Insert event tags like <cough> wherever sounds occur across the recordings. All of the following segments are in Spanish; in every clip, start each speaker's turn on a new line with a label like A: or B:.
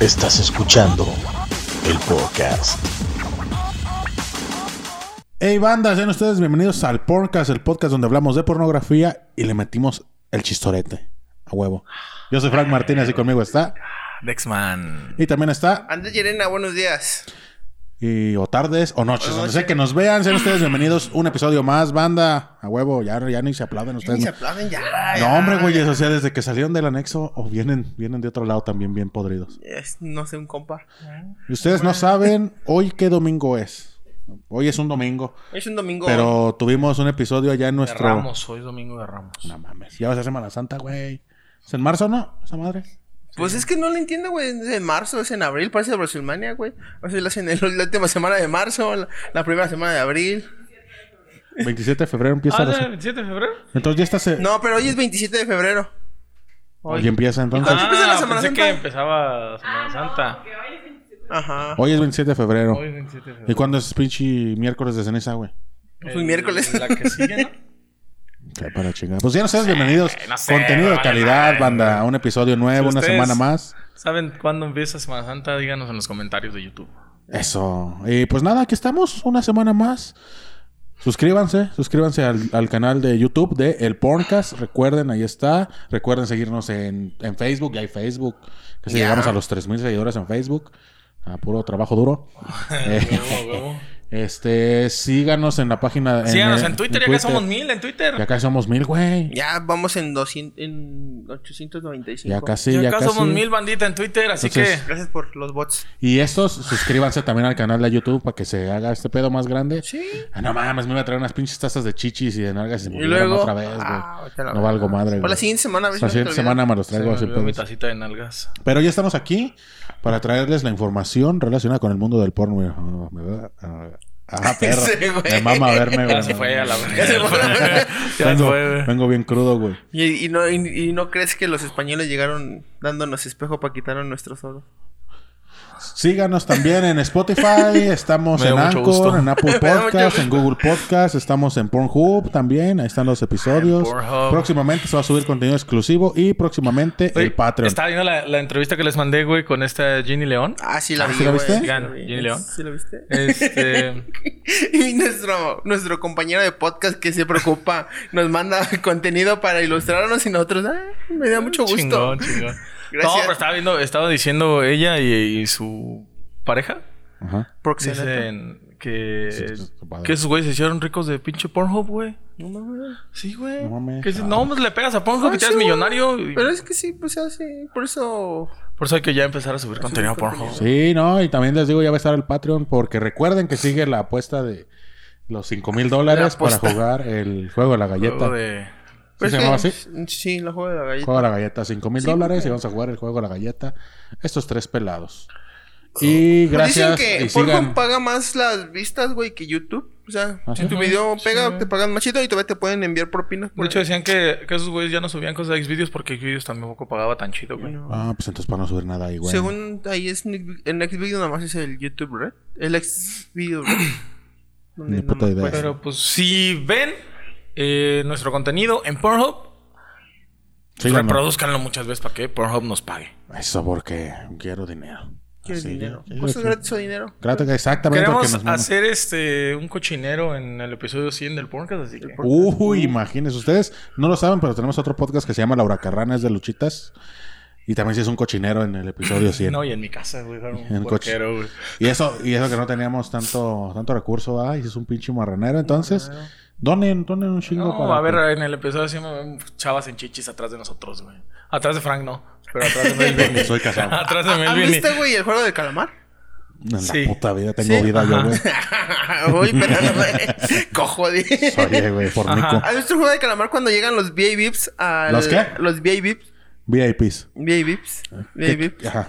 A: Estás escuchando el podcast.
B: Hey banda, sean ustedes bienvenidos al podcast, el podcast donde hablamos de pornografía y le metimos el chistorete a huevo. Yo soy Frank Martínez y conmigo está
C: Dexman.
B: y también está
D: Andrés Llerena, buenos días.
B: y o tardes o noches, donde sea que nos vean, sean ustedes bienvenidos un episodio más, banda, a huevo, ya, ya ni se aplauden ustedes.
D: Ni se
B: ¿no?
D: aplauden ya.
B: No, hombre, güey, o sea, desde que salieron del anexo o vienen vienen de otro lado también bien podridos.
D: Es, no sé, un compa.
B: Y ustedes no saben hoy qué domingo es. Hoy es un domingo,
D: Es un domingo.
B: pero tuvimos un episodio allá en nuestro
C: Ramos, hoy domingo de Ramos.
B: No mames, ya va a ser Semana Santa, güey. ¿Es en marzo no? Esa madre.
D: Pues es que no lo entiendo, güey. Es en marzo, es en abril, parece WrestleMania, güey. O sea, lo hacen en la última semana de marzo, la, la primera semana de abril.
B: 27 de febrero empieza
C: Ah,
B: la
C: ¿es el
B: se-
C: 27 de febrero?
B: Entonces ya está se...
D: No, pero hoy es 27 de febrero.
B: Hoy empieza entonces.
D: Ah. empieza la Semana
C: pensé
D: Santa?
C: que empezaba Semana Santa.
D: Ajá.
B: Hoy es 27 de febrero.
C: Hoy es 27 de
B: ¿Y
C: febrero.
B: cuándo es pinche miércoles de ceniza, güey?
D: Pues el miércoles.
C: La que sigue, ¿no?
B: Ya para chingar. Pues ya no seas bienvenidos.
C: no sé,
B: Contenido de
C: vale
B: calidad,
C: madre,
B: banda.
C: güey.
B: Un episodio nuevo,
C: Si
B: una
C: ustedes-
B: semana más.
C: <laughs> ¿Saben cuándo empieza Semana Santa? Díganos en los comentarios de YouTube.
B: Eso. Y pues nada, aquí estamos. Una semana más. Suscríbanse, suscríbanse al, al canal de YouTube de El Porncast. Recuerden, ahí está. Recuerden seguirnos en, en Facebook. Ya hay Facebook. Casi
D: Ya.
B: llegamos a los 3.000 seguidores en Facebook. A puro trabajo
C: <laughs>
B: duro. Eh,
C: Oh,
B: Este, síganos en la página.
C: Síganos
B: eh,
C: en Twitter, ya que somos mil en Twitter.
B: Ya casi somos mil, güey.
D: <laughs> Ya vamos en, 200, en 895.
B: Ya casi,
C: Ya
B: ya,
C: acá
B: casi.
C: somos mil bandita en Twitter, así
B: Entonces-
C: que.
D: Gracias por los bots.
B: Y estos, suscríbanse también al canal de YouTube para que se haga este pedo más grande.
C: <laughs>
D: Sí.
B: Ah, no mames, me iba a traer unas pinches tazas de chichis y de nalgas y se
D: Y
B: murieron
D: luego.
B: otra vez, güey.
D: Ah, ahorita la
B: no
D: verdad.
B: valgo madre,
D: Para
B: güey.
D: la siguiente semana, a ver si
B: La
D: no te
B: siguiente
D: olvidas.
B: semana me los
C: Se me
B: traigo así,
C: olvidó mi
B: pues.
C: tacita de nalgas.
B: Pero ya estamos aquí para traerles la información relacionada con el mundo del porno. Mira, ah, me va- ah, Ah, perro.
D: Sí, güey.
B: me mama verme, güey.
C: Ya se fue a la verga.
D: Ya se <laughs> fue.
C: Ya se
B: Vengo-
C: fue.
B: vengo bien crudo, güey.
D: ¿Y, y no, y, y no crees que los españoles llegaron dándonos espejo para quitarnos nuestros oro?
B: Síganos también en Spotify, estamos
C: Me
B: en
C: dio mucho gusto.
B: Anchor, en Apple
D: Me dio mucho
B: Podcast,
D: gusto.
B: en Google Podcast, estamos en Pornhub también, ahí están los episodios.
C: En Pornhub.
B: Próximamente se va a subir contenido exclusivo y próximamente
C: Oye,
B: el Patreon.
C: Estaba viendo la, la entrevista que les mandé, güey, con esta Ginny León.
D: Ah, sí la
B: Ah,
D: vi,
B: ¿sí la
D: güey.
B: viste?
D: la vi.
C: Jenny León.
D: ¿Sí la viste? <laughs>
C: <laughs> Este,
D: Y nuestro, nuestro compañero de podcast que se preocupa nos manda <laughs> contenido para ilustrarnos y nosotros, ah, me da mucho gusto.
C: Chingón,
D: <laughs>
C: chingón. No,
D: Gracias.
C: pero estaba viendo, estaba diciendo ella y, y su pareja.
B: Ajá.
D: Proxeneto.
C: Dicen
B: Sí,
C: que,
B: sí, sí, padre.
C: que esos güeyes se hicieron ricos de pinche Pornhub, güey.
D: No mames.
C: Sí, güey.
B: No mames.
C: Que si no, pues le pegas a Pornhub
D: Ah,
C: y te
D: sí,
C: eres
D: güey.
C: millonario. y-
D: Pero es que sí, pues así, por eso...
C: Por eso hay que ya empezar a subir contenido a Pornhub.
B: Sí, no, y también les digo, ya va a estar el Patreon porque recuerden que sigue la apuesta de los 5 mil dólares para
D: apuesta.
B: jugar el juego de la galleta.
C: Luego de-
B: ¿Sí
D: Pero
B: se
D: es
B: llamaba
D: que-
B: así?
D: Sí, la juego de la galleta.
B: Juego de la galleta, 5 mil
D: Sí,
B: dólares
D: porque-
B: y vamos a jugar el juego de la galleta. Estos tres pelados. Y gracias.
D: Oh. Pues Dicen que
B: y
D: Pornhub
B: sigan.
D: paga más las vistas, güey, que YouTube. O sea,
B: ¿Ah,
D: si
B: sí?
D: tu video pega, te pagan más chido y todavía te pueden enviar propinas.
C: De
D: por
C: hecho,
D: ahí.
C: decían que, que esos güeyes ya no subían cosas de Xvideos porque Xvideos tampoco pagaba tan chido, güey.
D: No.
B: Ah, pues entonces para no subir nada ahí, güey.
D: Según ahí es Nick- el next video nomás es el YouTube Red. El ex video
B: <coughs>
D: Red. Donde
B: Ni puta
D: nomás
B: idea.
D: puedes-
C: Pero pues si ven eh, nuestro contenido en Pornhub,
B: Síganme.
C: reproduzcanlo muchas veces para que Pornhub nos pague.
B: Eso porque quiero dinero.
D: ¿Quieres
B: Así,
D: dinero?
B: yo- yo-
D: Cosas gratis o dinero.
B: Gratis, exactamente. porque
C: Queremos
B: nos mama.
C: hacer este un cochinero en el episodio 100 del podcast, así que
B: Uy, imagínense. Ustedes no lo saben, pero tenemos otro podcast que se llama La Huracarrana, es de Luchitas. Y también sí es un cochinero en el episodio 100.
C: no, y en mi casa, güey, era
B: En
C: un
B: coche.
C: porquero, güey.
B: Y eso y eso que no teníamos tanto tanto recurso. Ay, es un pinche marranero. Entonces, donen, donen un chingo
C: No,
B: para...
C: va a ver,
B: que-
C: en el episodio 100 me ven chavas en chichis atrás de nosotros, güey. Atrás de Frank no, pero atrás de
B: <laughs>
C: Melvin.
B: Soy casado.
C: atrás
D: <laughs>
C: de
D: ¿Has
C: Melvin.
D: visto, este güey, el juego del calamar? <laughs>
B: En la
C: Sí.
B: puta vida tengo
D: Sí.
B: vida yo, güey.
D: Uy, pero güey. <laughs> Cojo de...
B: Oye, güey, fornico.
D: ¿Has visto el juego del calamar cuando llegan los VIPs al...
B: ¿Los qué?
D: Los VIPs.
B: VIPs.
D: VIPs. VIPs.
B: Ajá.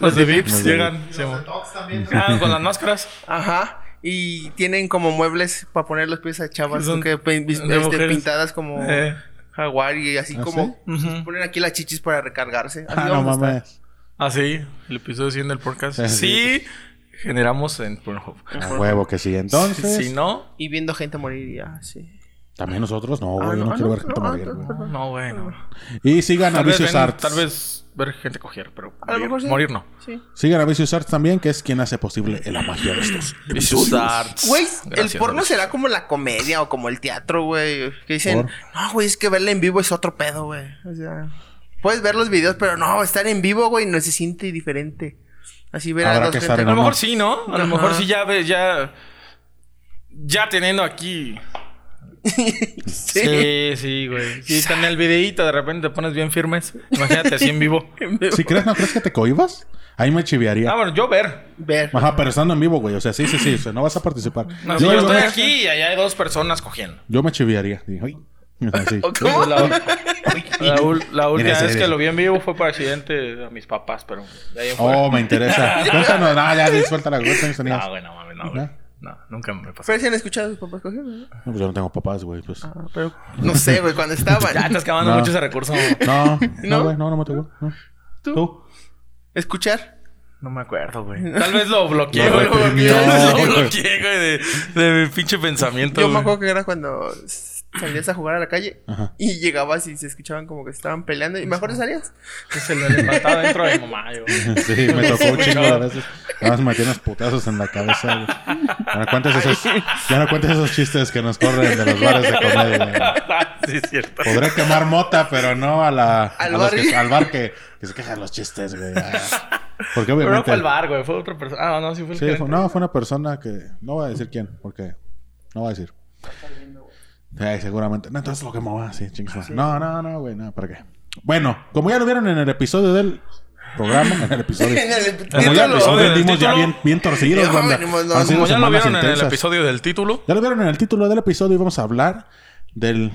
C: Los de Vips llegan. sí, mo- Ah, con las máscaras.
D: Ajá. Y tienen como muebles para poner los pies a chavas
C: Son-
D: que pe-
C: son
D: este,
C: mujeres.
D: pintadas <laughs> como
C: Eh.
D: jaguar y así
B: ¿Ah,
D: como
C: sí?
D: se
C: Ujú.
D: ponen aquí las chichis para recargarse. Así
B: Ah, no
D: vamos a estar.
B: mames.
C: Ah, sí, el episodio 100 del podcast.
B: Sí.
C: Sí, generamos en Pornhub.
B: A huevo que sí. Entonces...
C: si no,
D: Y viendo gente morir y así.
B: También nosotros, no, güey,
D: Ah,
B: yo no,
D: no,
B: quiero
D: ah,
B: ver
D: no,
B: gente
D: ah,
B: morir, güey.
C: No, güey, no.
B: Y sigan a
C: Tal vez,
B: Vicious
C: ven-
B: Arts.
C: tal vez ver gente coger, pero
D: A lo
C: morir,
D: mejor sí.
C: morir no.
D: Sí.
B: Sigan a Vicious Arts también, que es quien hace posible la magia de estos.
C: Vicious Arts.
D: Güey, el
C: Gracias,
D: porno
C: Alex.
D: será como la comedia o como el teatro, güey. Que dicen,
B: Por.
D: no, güey, es que verla en vivo es otro pedo, güey. O sea, puedes ver los videos, pero no, estar en vivo, güey, no se siente diferente. Así ver
B: Habrá
D: a dos
B: que estar
C: A
D: gente-
B: en-
C: lo
B: No,
C: mejor
B: no.
C: sí, ¿no? A
D: Ajá.
C: lo mejor sí ya ve, ya. Ya teniendo aquí.
D: Sí.
C: Sí, sí, güey. Si está en el videíto, de repente te pones bien firmes. Imagínate así en <laughs> vivo.
B: Si crees, ¿no crees que te cohibas? Ahí me
C: Ah,
B: chiviaría.
C: bueno, yo ver.
D: Ver.
B: Ajá, pero estando en vivo, güey. O sea, sí, sí, sí. O sea, no vas a participar.
C: No, si
B: yo,
C: yo
B: yo
C: estoy
B: me,
C: aquí y allá hay dos personas cogiendo.
B: yo me chiviaría. Dije, "Ay". Así.
D: ¿Cómo?
C: La, ul- la última
B: ese
C: vez que
B: eres.
C: lo vi en vivo fue por accidente a mis papás, pero de ahí en fuera.
B: Oh, me
C: <laughs>
B: interesa. Cuéntanos. No, ya, sí, suéltala. güey, tienes amigos.
C: no, güey, no mames, no, güey.
B: ¿No?
C: No, nunca me pasó.
D: Pero si han escuchado a sus papás cogiendo, ¿no?
B: No, pues yo no tengo papás, güey. Pues.
D: Ah, pero no sé, güey,
B: <laughs>
D: cuando estaban.
C: Ya Ah, estás cavando
B: No.
C: mucho ese recurso.
B: No,
D: ¿No?
B: no,
C: <laughs>
B: güey. No, no me tocó. no.
D: ¿Tú?
B: ¿Tú?
D: Escuchar.
C: No me acuerdo, güey. Tal vez lo bloqueé,
B: Lo
C: güey.
D: reprimió,
C: Tal vez
B: güey.
C: lo bloqueé, güey, de, de mi pinche pensamiento.
D: Yo me
C: güey.
D: acuerdo que era cuando s- salías a jugar a la calle
B: Ajá.
D: y llegabas y se escuchaban como que estaban peleando y mejor salías.
C: Que se lo levantaba dentro de mi mamá, yo.
B: Sí, me tocó un chingo de veces. Nada más me metí unos putazos en la cabeza. güey. Ya no cuentes esos, ya no cuentes esos chistes que nos corren de los bares de comedia. güey.
C: <laughs> sí, es cierto.
B: Podré quemar mota, pero no a la, a
D: Al
B: los que-
D: barrio.
B: al bar que, que se quejan los chistes, güey. Ah, Porque
C: Pero no
B: obviamente.
C: fue el bar, güey. Fue otra persona. Ah, no, sí fue el
B: Sí, fue-
C: gerente.
B: no, fue una persona que. No voy a decir quién, porque. No voy a decir. Ay, seguramente. No, entonces lo quemaba, sí,
C: Ah,
B: chingos. No, no, no, güey, no, ¿para qué? Bueno, como ya lo vieron en el episodio del programa, en el episodio.
D: <laughs>
C: <laughs>
D: En el
B: Como ya
D: título.
B: lo
C: episodio del
B: vendimos ya
C: título.
B: bien, bien torcidos,
D: No,
B: banda.
D: venimos, no,
B: Han sido
C: Como ya lo
D: como
B: semanas
C: vieron en el
B: intensas.
C: episodio del título.
B: Ya lo vieron en el título del episodio y vamos a hablar del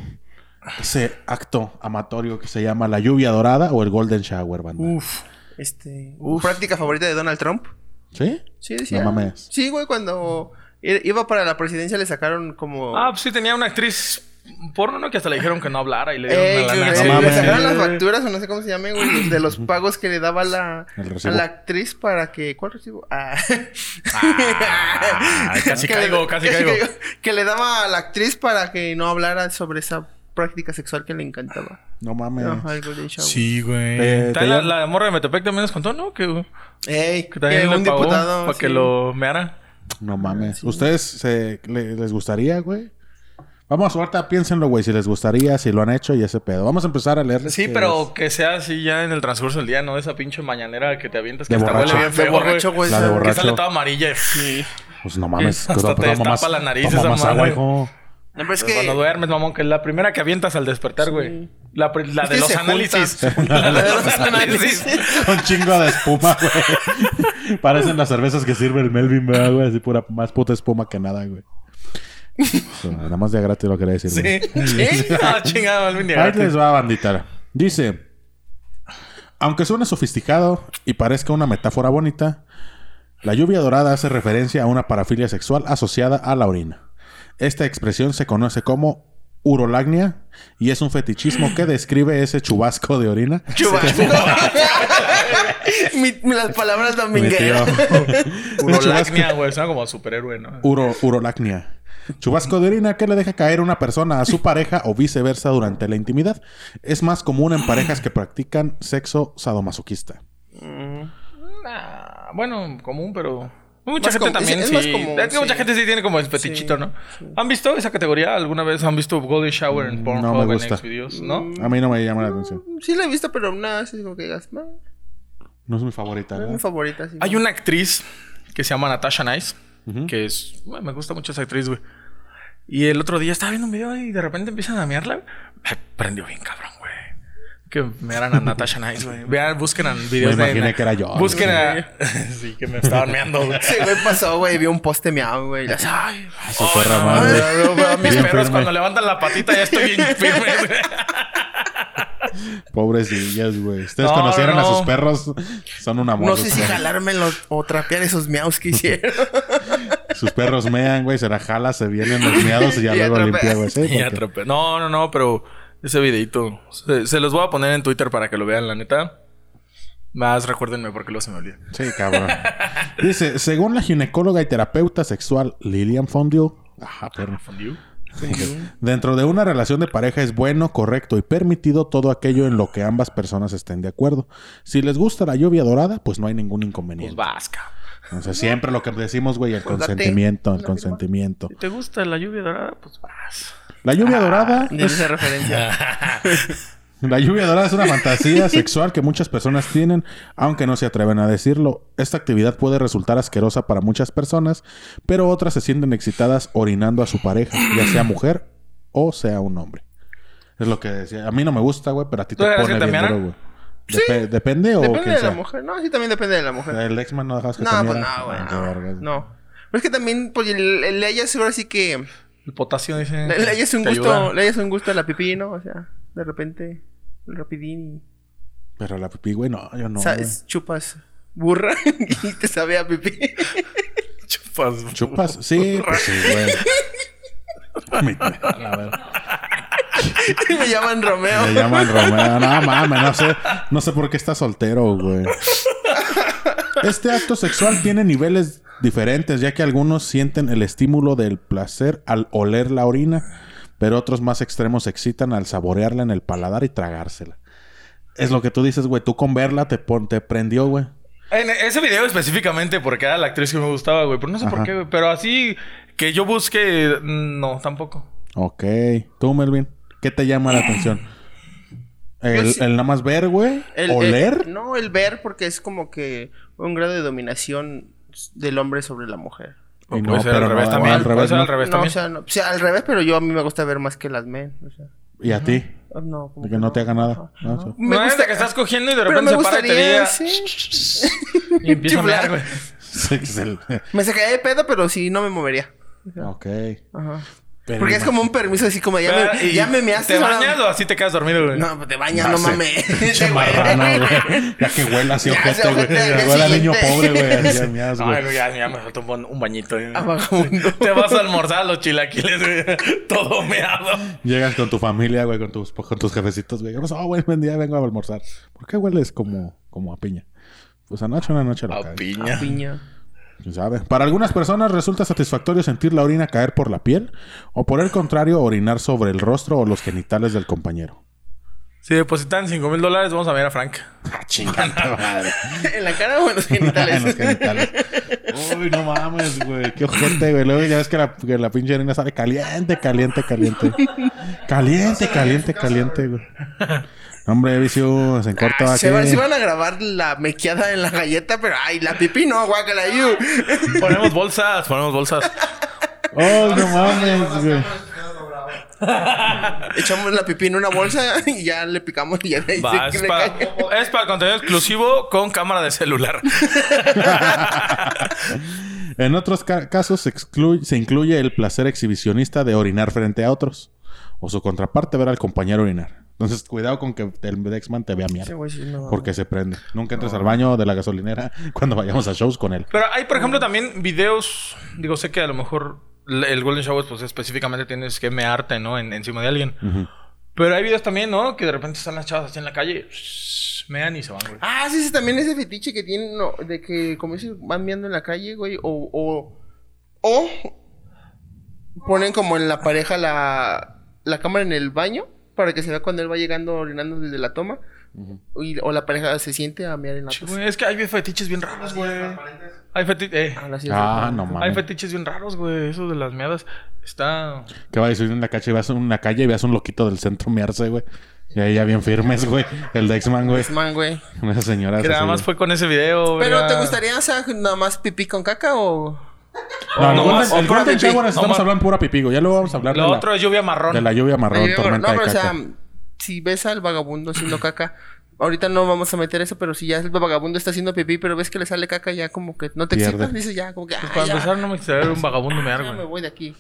B: ese acto amatorio que se llama la lluvia dorada o el golden shower, banda.
C: Uf.
D: Este, práctica favorita de Donald Trump.
B: ¿Sí?
D: Sí, decía.
B: No mames.
D: Sí, güey, cuando i- iba para la presidencia le sacaron como
C: Ah, pues sí, tenía una actriz porno, ¿no? Que hasta le dijeron que no hablara y le dieron
D: Ey,
C: una
D: güey,
C: lana.
B: no
D: le
B: mames.
D: sacaron las facturas o no sé cómo se llame, güey, de los pagos que le daba la,
B: El
D: a
B: recibo.
D: la actriz para que ¿cuál recibo? Ah. <laughs>
C: Ah, casi
D: Que
C: caigo,
D: le-
C: casi caigo.
D: Que le daba a la actriz para que no hablara sobre esa práctica sexual que le encantaba.
B: No Ah, mames.
D: Ajá, el Golden Shower.
C: Sí,
B: Te-
C: güey.
B: te
C: ¿También la,
B: llaman-
C: la morra de Metepec también les contó, ¿no? Que,
D: Ey,
C: que
D: que
C: también le
D: un
C: pagó
D: diputado
C: para que
D: sí.
C: lo meara.
B: No mames. ¿Ustedes se- le- les gustaría, güey? Vamos, ahorita piénsenlo, güey, si les gustaría, si lo han hecho y ese pedo. Vamos a empezar a leer.
C: Sí, pero que sea así ya en el transcurso del día, ¿no? Esa pinche mañanera que te avientas que
B: De
C: hasta
B: borracho.
C: huele bien
D: De
C: feo,
D: borracho, güey.
B: La de borracho.
C: Que sale toda amarilla.
B: Pues no mames.
C: <laughs> Hasta
B: toma-
C: te
B: toma
C: destapa
B: más-
C: la nariz
B: toma
C: esa
B: más agua,
C: madre.
B: hijo.
D: No, pero es
C: Pues Cuando
D: que
C: duermes, mamón, que es la primera que avientas al despertar, güey. La, pri- la
D: Es
C: de
D: que
C: los
D: se
C: análisis.
D: juntan.
C: La de
D: <laughs>
C: los análisis.
B: <laughs> Un chingo de espuma, güey. Parecen las cervezas que sirve el Melvin, ¿verdad, güey. Así pura, más puta espuma que nada, güey. So, nada más de gratis lo quería decir. güey.
C: ¿Sí? Ah, chingada, Alvin
B: Ahí
C: Diagati.
B: les va, bandita. Dice: Aunque suene sofisticado y parezca una metáfora bonita, la lluvia dorada hace referencia a una parafilia sexual asociada a la orina. Esta expresión se conoce como urolagnia y es un fetichismo que describe ese chubasco de orina
D: Chubasco. <laughs> Mi- mi- las palabras
B: Metido.
D: domingueras.
C: Urolacnia, güey. Suena como superhéroe, ¿no?
B: Uro- urolacnia. Chubasco de orina que le deja caer una persona a su pareja o viceversa durante la intimidad. Es más común en parejas que practican sexo sadomasoquista.
C: Nah, Ah, bueno, común, pero. Mucha
D: Más
C: gente
D: com-
C: también,
D: es- es
C: sí.
D: más común,
C: Es que mucha
D: sí.
C: gente sí tiene como el fetichito, ¿no? ¿Han visto esa categoría? ¿Alguna vez han visto Golden Shower en Pornhub
B: Mm, me
C: en
B: gusta.
C: Xvideos?
D: Mm,
C: ¿No?
B: A mí no me llama la atención.
D: Sí la he visto, pero una así como que digas, "Ma, no
B: No es mi favorita.
D: es
B: ¿verdad?
D: mi favorita. así
C: Hay
D: como-
C: una actriz que se llama Natasha Nice, que es. bueno, me gusta mucho esa actriz, güey. Y el otro día estaba viendo un video y de repente empiezan a mearla. Me prendió bien, cabrón, güey. Que me eran a Natasha Nice, güey. Vean, busquen a videos de.
B: imaginé que era yo.
C: Busquen a. <laughs> sí, que me estaban meando, güey.
D: Ese güey pasó, güey, vio un poste miau, güey. y las-
C: Ay,
B: Su perra
C: no,
B: madre.
C: no, no, no, mis
B: Bien
C: perros
B: firme.
C: cuando levantan la patita ya estoy bien firme. güey.
B: Pobrecillas, güey. Ustedes
C: No,
B: conocieron
C: no.
B: a sus perros. Son un amor.
D: No sé
B: sus
D: si
B: perros.
D: jalármelos o trapear esos miaus que hicieron.
B: Sus perros mean, güey. Se la jala, se vienen los meados y ya
D: Y
B: luego
D: atrapa-
B: limpia, güey. Sí,
C: Y
B: porque-
C: atrapé. No, no, no, pero ese videito se, se los voy a poner en Twitter para que lo vean, la neta. Más recuérdenme porque luego se me olvida.
B: Sí, cabrón. Dice, según la ginecóloga y terapeuta sexual Lilian Fondue, ajá, perro,
C: Fondue.
B: Dentro de una relación de pareja es bueno, correcto y permitido todo aquello en lo que ambas personas estén de acuerdo. Si les gusta la lluvia dorada, pues no hay ningún
C: Pues
B: inconveniente.
C: vasca.
B: Entonces, siempre lo que decimos, güey, el
D: Pues date.
B: consentimiento, el
D: La
B: consentimiento.
C: Si te gusta la lluvia dorada, pues vas.
B: La
D: Ah,
B: lluvia dorada
D: De esa referencia.
B: <laughs> La lluvia dorada es una fantasía
D: <laughs>
B: sexual que muchas personas tienen, aunque no se atreven a decirlo. Esta actividad puede resultar asquerosa para muchas personas, pero otras se sienten excitadas orinando a su pareja, ya
D: <clears throat>
B: sea mujer o sea un hombre. Es lo que decía. A mí no me gusta, güey, pero a ti
C: ¿Tú
B: te
C: eras
B: pone
C: que te
B: bien
C: meara?
B: duro, güey. Depe- ¿Depende o
D: Depende
B: quién
D: de la
B: sea?
D: mujer. No, sí, también depende de la mujer.
B: El X-Men no dejas que
D: No,
B: te
D: pues
B: meara?
D: no, güey.
B: Ah, qué verga.
D: No. no. Pero es que también, pues, el- el- le hayas ahora sí que.
C: El potasio dice.
D: Le, le hayas un
C: te
D: gusto.
C: ayuda.
D: Le hayas un gusto a la pipí, ¿no? O sea, de repente. Rapidín.
B: Pero la pipí, güey, no, yo no. güey.
D: ¿Sabes? Chupas burra <laughs> y te sabe a pipí. <laughs>
C: Chupas.
B: ¿Chupas? Sí, pues sí,
D: <laughs>
B: güey. Mi- a ver.
D: Me llaman Romeo.
B: Le
C: <laughs>
B: llaman Romeo. No mames, no sé, no sé por qué está soltero, güey. Este acto sexual tiene niveles diferentes, ya que algunos sienten el estímulo del placer al oler la orina, pero otros más extremos se excitan al saborearla en el paladar y tragársela. Es lo que tú dices, güey. Tú con verla te, pon- te prendió, güey.
C: En ese video específicamente, porque era la actriz que me gustaba, güey. Pero no sé por
B: Ajá.
C: qué, güey. Pero así que yo busque. No, tampoco.
B: Ok. Tú, Melvin, ¿qué te llama la atención?
C: Pues
B: El,
D: sí-
B: el nada más ver, güey.
C: eh,
D: El- el-
B: ¿Oler?
D: no, el ver porque es como que un grado de dominación del hombre sobre la mujer.
C: O
B: Y
C: puede ser al revés
B: ah,
C: también,
B: al
C: puede
B: revés,
C: ser
B: ¿no?
C: al revés. Pues
D: No, o
C: también.
D: sea, no, o sea, al revés, pero yo a mí me gusta ver más que las men. O sea,
B: ¿Y a ti?
D: ah, no, como
B: De que no te haga nada.
D: Ajá.
B: No, eso.
D: Me
C: no,
D: gusta
C: que estás cogiendo y de
D: Pero
C: repente
D: me
C: se para y te
D: gustaría,
C: diga.
D: sí.
C: Y empieza a mear,
D: Chiflar.
C: güey.
B: <laughs> Sí, es el-
D: Me sacaría de pedo, pero sí, no me movería.
B: ok.
D: Ajá.
B: Pero
D: Porque es como un permiso así como ya
C: Pero-
D: me,
C: y
D: ya me measte.
C: ¿Te
D: ahora-
C: bañas o así te quedas dormido, güey?
D: No, pues te bañas,
B: No
D: no,
B: sé.
D: mames. <laughs>
B: Pinche marrano, güey. <laughs> Ya que huela así
D: Ya,
B: ojete,
D: se
B: güey.
D: ojete al día
B: Huela a niño
D: siguiente.
B: pobre, güey. Así a mias,
C: Ay,
B: güey.
C: güey, ya, ya me faltó un, bon- un bañito. güey.
D: pues, Ah, vagabundo.
C: Te vas a almorzar a los chilaquiles, güey. <laughs> Todo meado.
D: <laughs>
B: Llegas con tu familia, güey, con tus, con tus jefecitos, güey. ¿Qué pasó, Ah, güey? Buen día, vengo a almorzar. ¿Por qué hueles como, como a piña? Pues anoche una noche
C: A
B: loca.
C: piña.
D: Piña.
B: ¿Quién sabe? Para algunas personas resulta satisfactorio sentir la orina caer por la piel o por el contrario orinar sobre el rostro o los genitales del compañero.
C: Si depositan 5 mil dólares, vamos a ver a Frank.
B: Ah, chingada madre.
D: <laughs> ¿En la cara o en
B: Ah, <laughs>
D: los
B: En los
D: genitales?
B: genitales. Uy, no mames, güey. Qué ojete, güey. Luego ya ves que la, que la pinche arena sale caliente, caliente, caliente. Caliente, caliente, caliente, güey. No, Hombre, vicio, se corta
D: Ah,
B: aquí.
D: Se van, se van a grabar la mequeada en la galleta, pero ay, la pipí no, guácala, you. <laughs>
C: Ponemos bolsas, ponemos bolsas.
B: Oh, no mames, güey.
D: Echamos la pipí en una bolsa <laughs> y ya le picamos y ya de ahí
C: Va,
D: se-
C: es,
D: le
C: para,
D: cae.
C: es para contenido exclusivo con cámara de celular.
B: En otros ca- casos se, exclu- se incluye el placer exhibicionista de orinar frente a otros. O su contraparte ver al compañero orinar. Entonces, cuidado con que el Dexman te vea
D: Ese
B: mierda.
D: güey sí, no.
B: Porque se prende. Nunca entres al baño de la gasolinera cuando vayamos a shows con él.
C: Pero hay, por ejemplo, también videos. Digo, sé que a lo mejor le- el Golden Shower, pues específicamente tienes que mearte, ¿no? En- encima de alguien. Pero hay videos también, ¿no? Que de repente están las chavas así en la calle, shh, mean y se van, güey.
D: Ah, sí, sí, también ese fetiche que tienen no, de que, como dices, van viendo en la calle, güey, o, o, o ponen como en la pareja la, la cámara en el baño para que se vea cuando él va llegando orinando desde la toma. Y- o la pareja se siente a mirar en la
C: Sí,
B: pues
D: taza.
C: güey, es que hay fetiches bien raros, güey. Hay, feti- eh,
D: Ah, la
B: Ah,
D: silla.
B: no mames.
C: hay fetiches bien raros, güey. Eso de las meadas está...
B: Que vayas subiendo en la calle y veas una calle y veas un loquito del centro mearse, güey. Y ahí ya bien firmes, güey. El Dexman, güey.
D: Es man, güey.
B: Una señora.
C: Que nada más fue con ese video,
D: Pero
C: ¿verdad?
D: ¿te gustaría o sea, nada más pipí con caca o...?
B: No,
C: o
B: el
C: no
B: Golden-
C: más,
B: el
C: o pura
B: Golden
C: pipí.
B: Shower estamos
C: No más.
B: hablando pura pipigo. Ya luego vamos a hablar de
C: Lo
B: la,
C: otro es lluvia marrón.
B: de la lluvia marrón,
D: Ay, yo-
B: tormenta
D: no, pero
B: de
D: o sea,
B: caca.
D: si ves al vagabundo haciendo caca, ahorita no vamos a meter eso, pero si ya el vagabundo está haciendo pipí, pero ves que le sale caca, ya como que no te
B: Pierde.
D: excitas, dices ya, como que, ah,
C: Pues, Para
D: ya,
C: empezar, no me gustaría ver un vagabundo mear,
D: ya me
C: güey.
D: voy de aquí.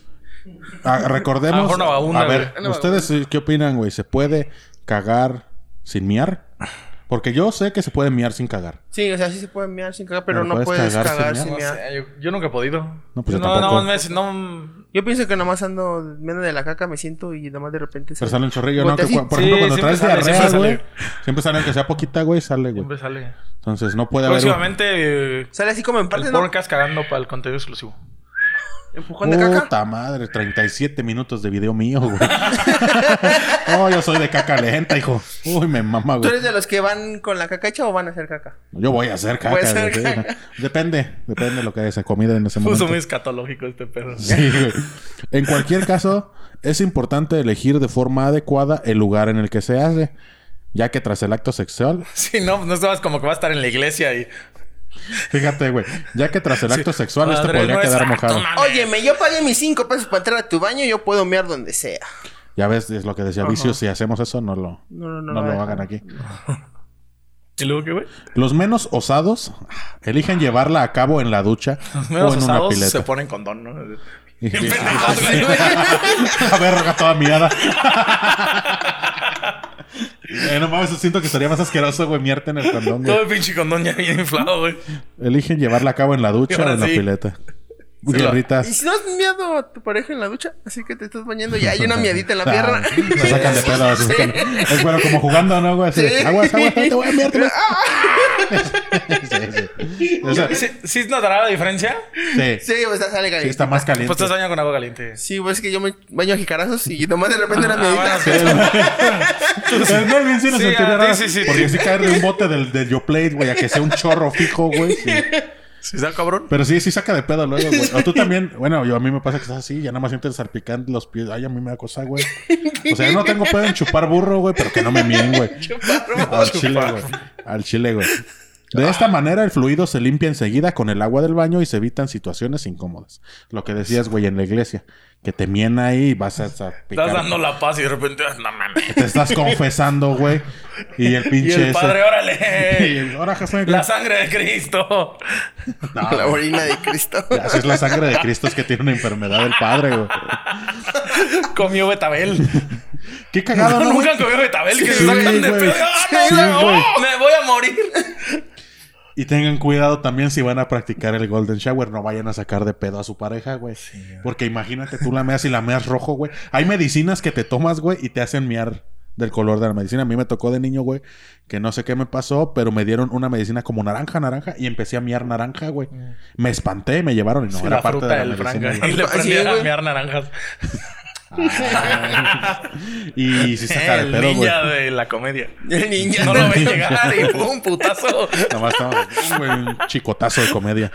B: Ah,
C: A lo
B: recordemos.
C: mejor una vagabunda,
B: a ver,
D: güey. Una
B: ¿ustedes eh, qué opinan, güey? ¿Se puede cagar sin miar? Porque yo sé que se puede miar sin cagar.
D: Sí, o sea, sí se puede mear sin caca, pero
B: Pero
D: no
B: puedes
D: puedes
B: cagar
D: cagar,
B: sin mear.
D: sin
C: No
D: mear.
C: sé, yo, yo nunca he podido.
B: No, pues yo
C: no,
B: tampoco.
C: no, me- no,
D: Yo pienso que nomás ando meando de la caca, me siento y nomás de repente
B: Pero sale un chorrillo, ¿no?
D: Voltea
B: Que,
D: así.
B: cua- por
C: Sí,
B: ejemplo, cuando
C: siempre
B: traes
C: sale,
B: diarrea,
C: siempre
B: güey.
C: sale.
B: Siempre sale, aunque sea poquita, güey, sale, güey.
C: siempre sale.
B: Entonces no puede haber. un-
C: Próximamente, eh,
D: Sale así como en
C: el
D: partes, ¿no?
C: podcast cagando para el contenido exclusivo.
D: Empujón de caca.
B: Puta madre, 37 minutos de video mío, güey. <laughs> oh, yo soy de caca lenta, hijo. Uy, me mama,
D: ¿Tú
B: güey.
D: eres de los que van con la caca hecha o van a hacer caca?
B: Yo voy a hacer caca.
D: Voy a hacer
B: güey.
D: caca.
B: Depende, depende de lo que haya esa comida en ese momento.
C: Puso muy escatológico este pedo. <laughs>
B: Sí, güey. En cualquier caso, es importante elegir de forma adecuada el lugar en el que se hace, ya que tras el acto sexual, <laughs>
C: Sí, no, no estabas como que va a estar en la iglesia y.
B: fíjate, güey, ya que tras el acto sexual este
C: Padre
B: podría
C: nuestro,
B: quedar mojado.
C: no mames.
D: Óyeme, yo pagué mis cinco pesos para entrar a tu baño, yo puedo mear donde sea.
B: Ya ves, es lo que decía Vicio, si hacemos eso, no lo,
D: No, no, no
B: no
D: lo
B: lo
D: <laughs> hagan.
B: hagan aquí.
C: ¿Y luego qué, güey?
B: Los menos osados eligen llevarla a cabo en la ducha
C: Los menos
B: o en una
C: osados se
B: pileta.
C: ponen
B: <laughs>
C: condón, ¿no?
B: Y-
C: Bien pendejos, güey.
B: La verga toda miada. <laughs> Eh, no mames, siento que estaría más asqueroso, güey, mierte en el condón, güey.
C: Todo el pinche condón ya bien inflado, güey.
B: Eligen llevarla a cabo en la ducha o
C: Ahora
B: en la
C: sí.
B: pileta.
C: lo-
D: ¿Y
B: Guerritas.
D: si no has miado a tu pareja en la ducha? Así que te estás bañando y hay una miadita en la
B: <laughs> Ah,
D: pierna.
B: Se sacan de pedo. se sacan- Es bueno, como jugando, ¿no, güey? Así de,
D: Sí.
B: Aguas, aguas, no te voy a miar, te voy
C: <laughs>
B: <laughs> a-". Sí, sí. O sea,
C: ¿Sí, sí notará la diferencia?
B: sí.
D: <laughs> Sí, pues sale
B: Sí,
D: caliente.
B: está más caliente.
C: Pues te baño con agua caliente.
D: Sí, pues es que yo me baño a jicarazos y nomás de repente una miadita.
C: Ah, <laughs> bueno, sí.
B: <laughs> Pero Eh, no, bien, sí, no
C: Sí,
B: sentiría
C: ah,
B: nada,
C: sí, sí, sí.
B: Porque si caer de un bote del, del Yoplate, güey, a que sea un chorro fijo, güey. sí.
C: ¿Sí está cabrón?
B: Pero sí, sí saca de pedo luego, güey. O tú también, bueno, yo a mí me pasa que estás así, ya nada más sientes salpicante los pies. Ay, a mí me da cosa, güey. O sea, yo no tengo pedo en chupar burro, güey, pero que no me mien, güey.
D: <laughs>
B: Al chile, güey. Al chile, güey. De esta manera, el fluido se limpia enseguida con el agua del baño y se evitan situaciones incómodas. Lo que decías, güey, en la iglesia. Que te mien ahí y vas a salpicar.
C: Estás dando la paz y de repente, ah, no mames.
B: Te estás confesando, güey. Y el
C: <laughs> Y
B: pinche
C: el
B: ese- <laughs>
C: padre,
B: Y
C: órale.
B: el- ahora jefe,
C: La sangre de Cristo.
B: No,
D: La orina de Cristo.
B: así es la sangre de Cristo, es que tiene una enfermedad el padre, güey.
C: Comió Betabel.
B: Qué cagado, <laughs> ¿no? güey?
C: Nunca comió Betabel, que
B: Sí,
C: se sacan de
B: güey.
C: pedo. ¡Ah, no,
B: Sí,
C: no,
B: güey.
C: me voy a morir.
B: Y tengan cuidado también si van a practicar el Golden Shower, no vayan a sacar de pedo a su pareja, güey. Porque imagínate, tú la meas y la meas rojo, güey. Hay medicinas que te tomas, güey, y te hacen miar del color de la medicina. A mí me tocó de niño, güey, que no sé qué me pasó, pero me dieron una medicina como naranja, naranja, y empecé a miar naranja, güey. Me espanté, me llevaron y no
C: Sí,
B: era
C: la
B: parte
C: fruta
B: de la
C: del
B: medicina.
C: franga.
B: güey.
C: Y le
D: Así
C: prendí
D: es,
C: a
D: güey.
C: mear naranjas.
B: Y sí se saca de
C: <laughs> El
B: pedo, güey.
C: ninja de la comedia.
D: El niño.
C: No lo ve llegar y fue un putazo. <laughs>
B: Nada más estaba güey, un chicotazo de comedia.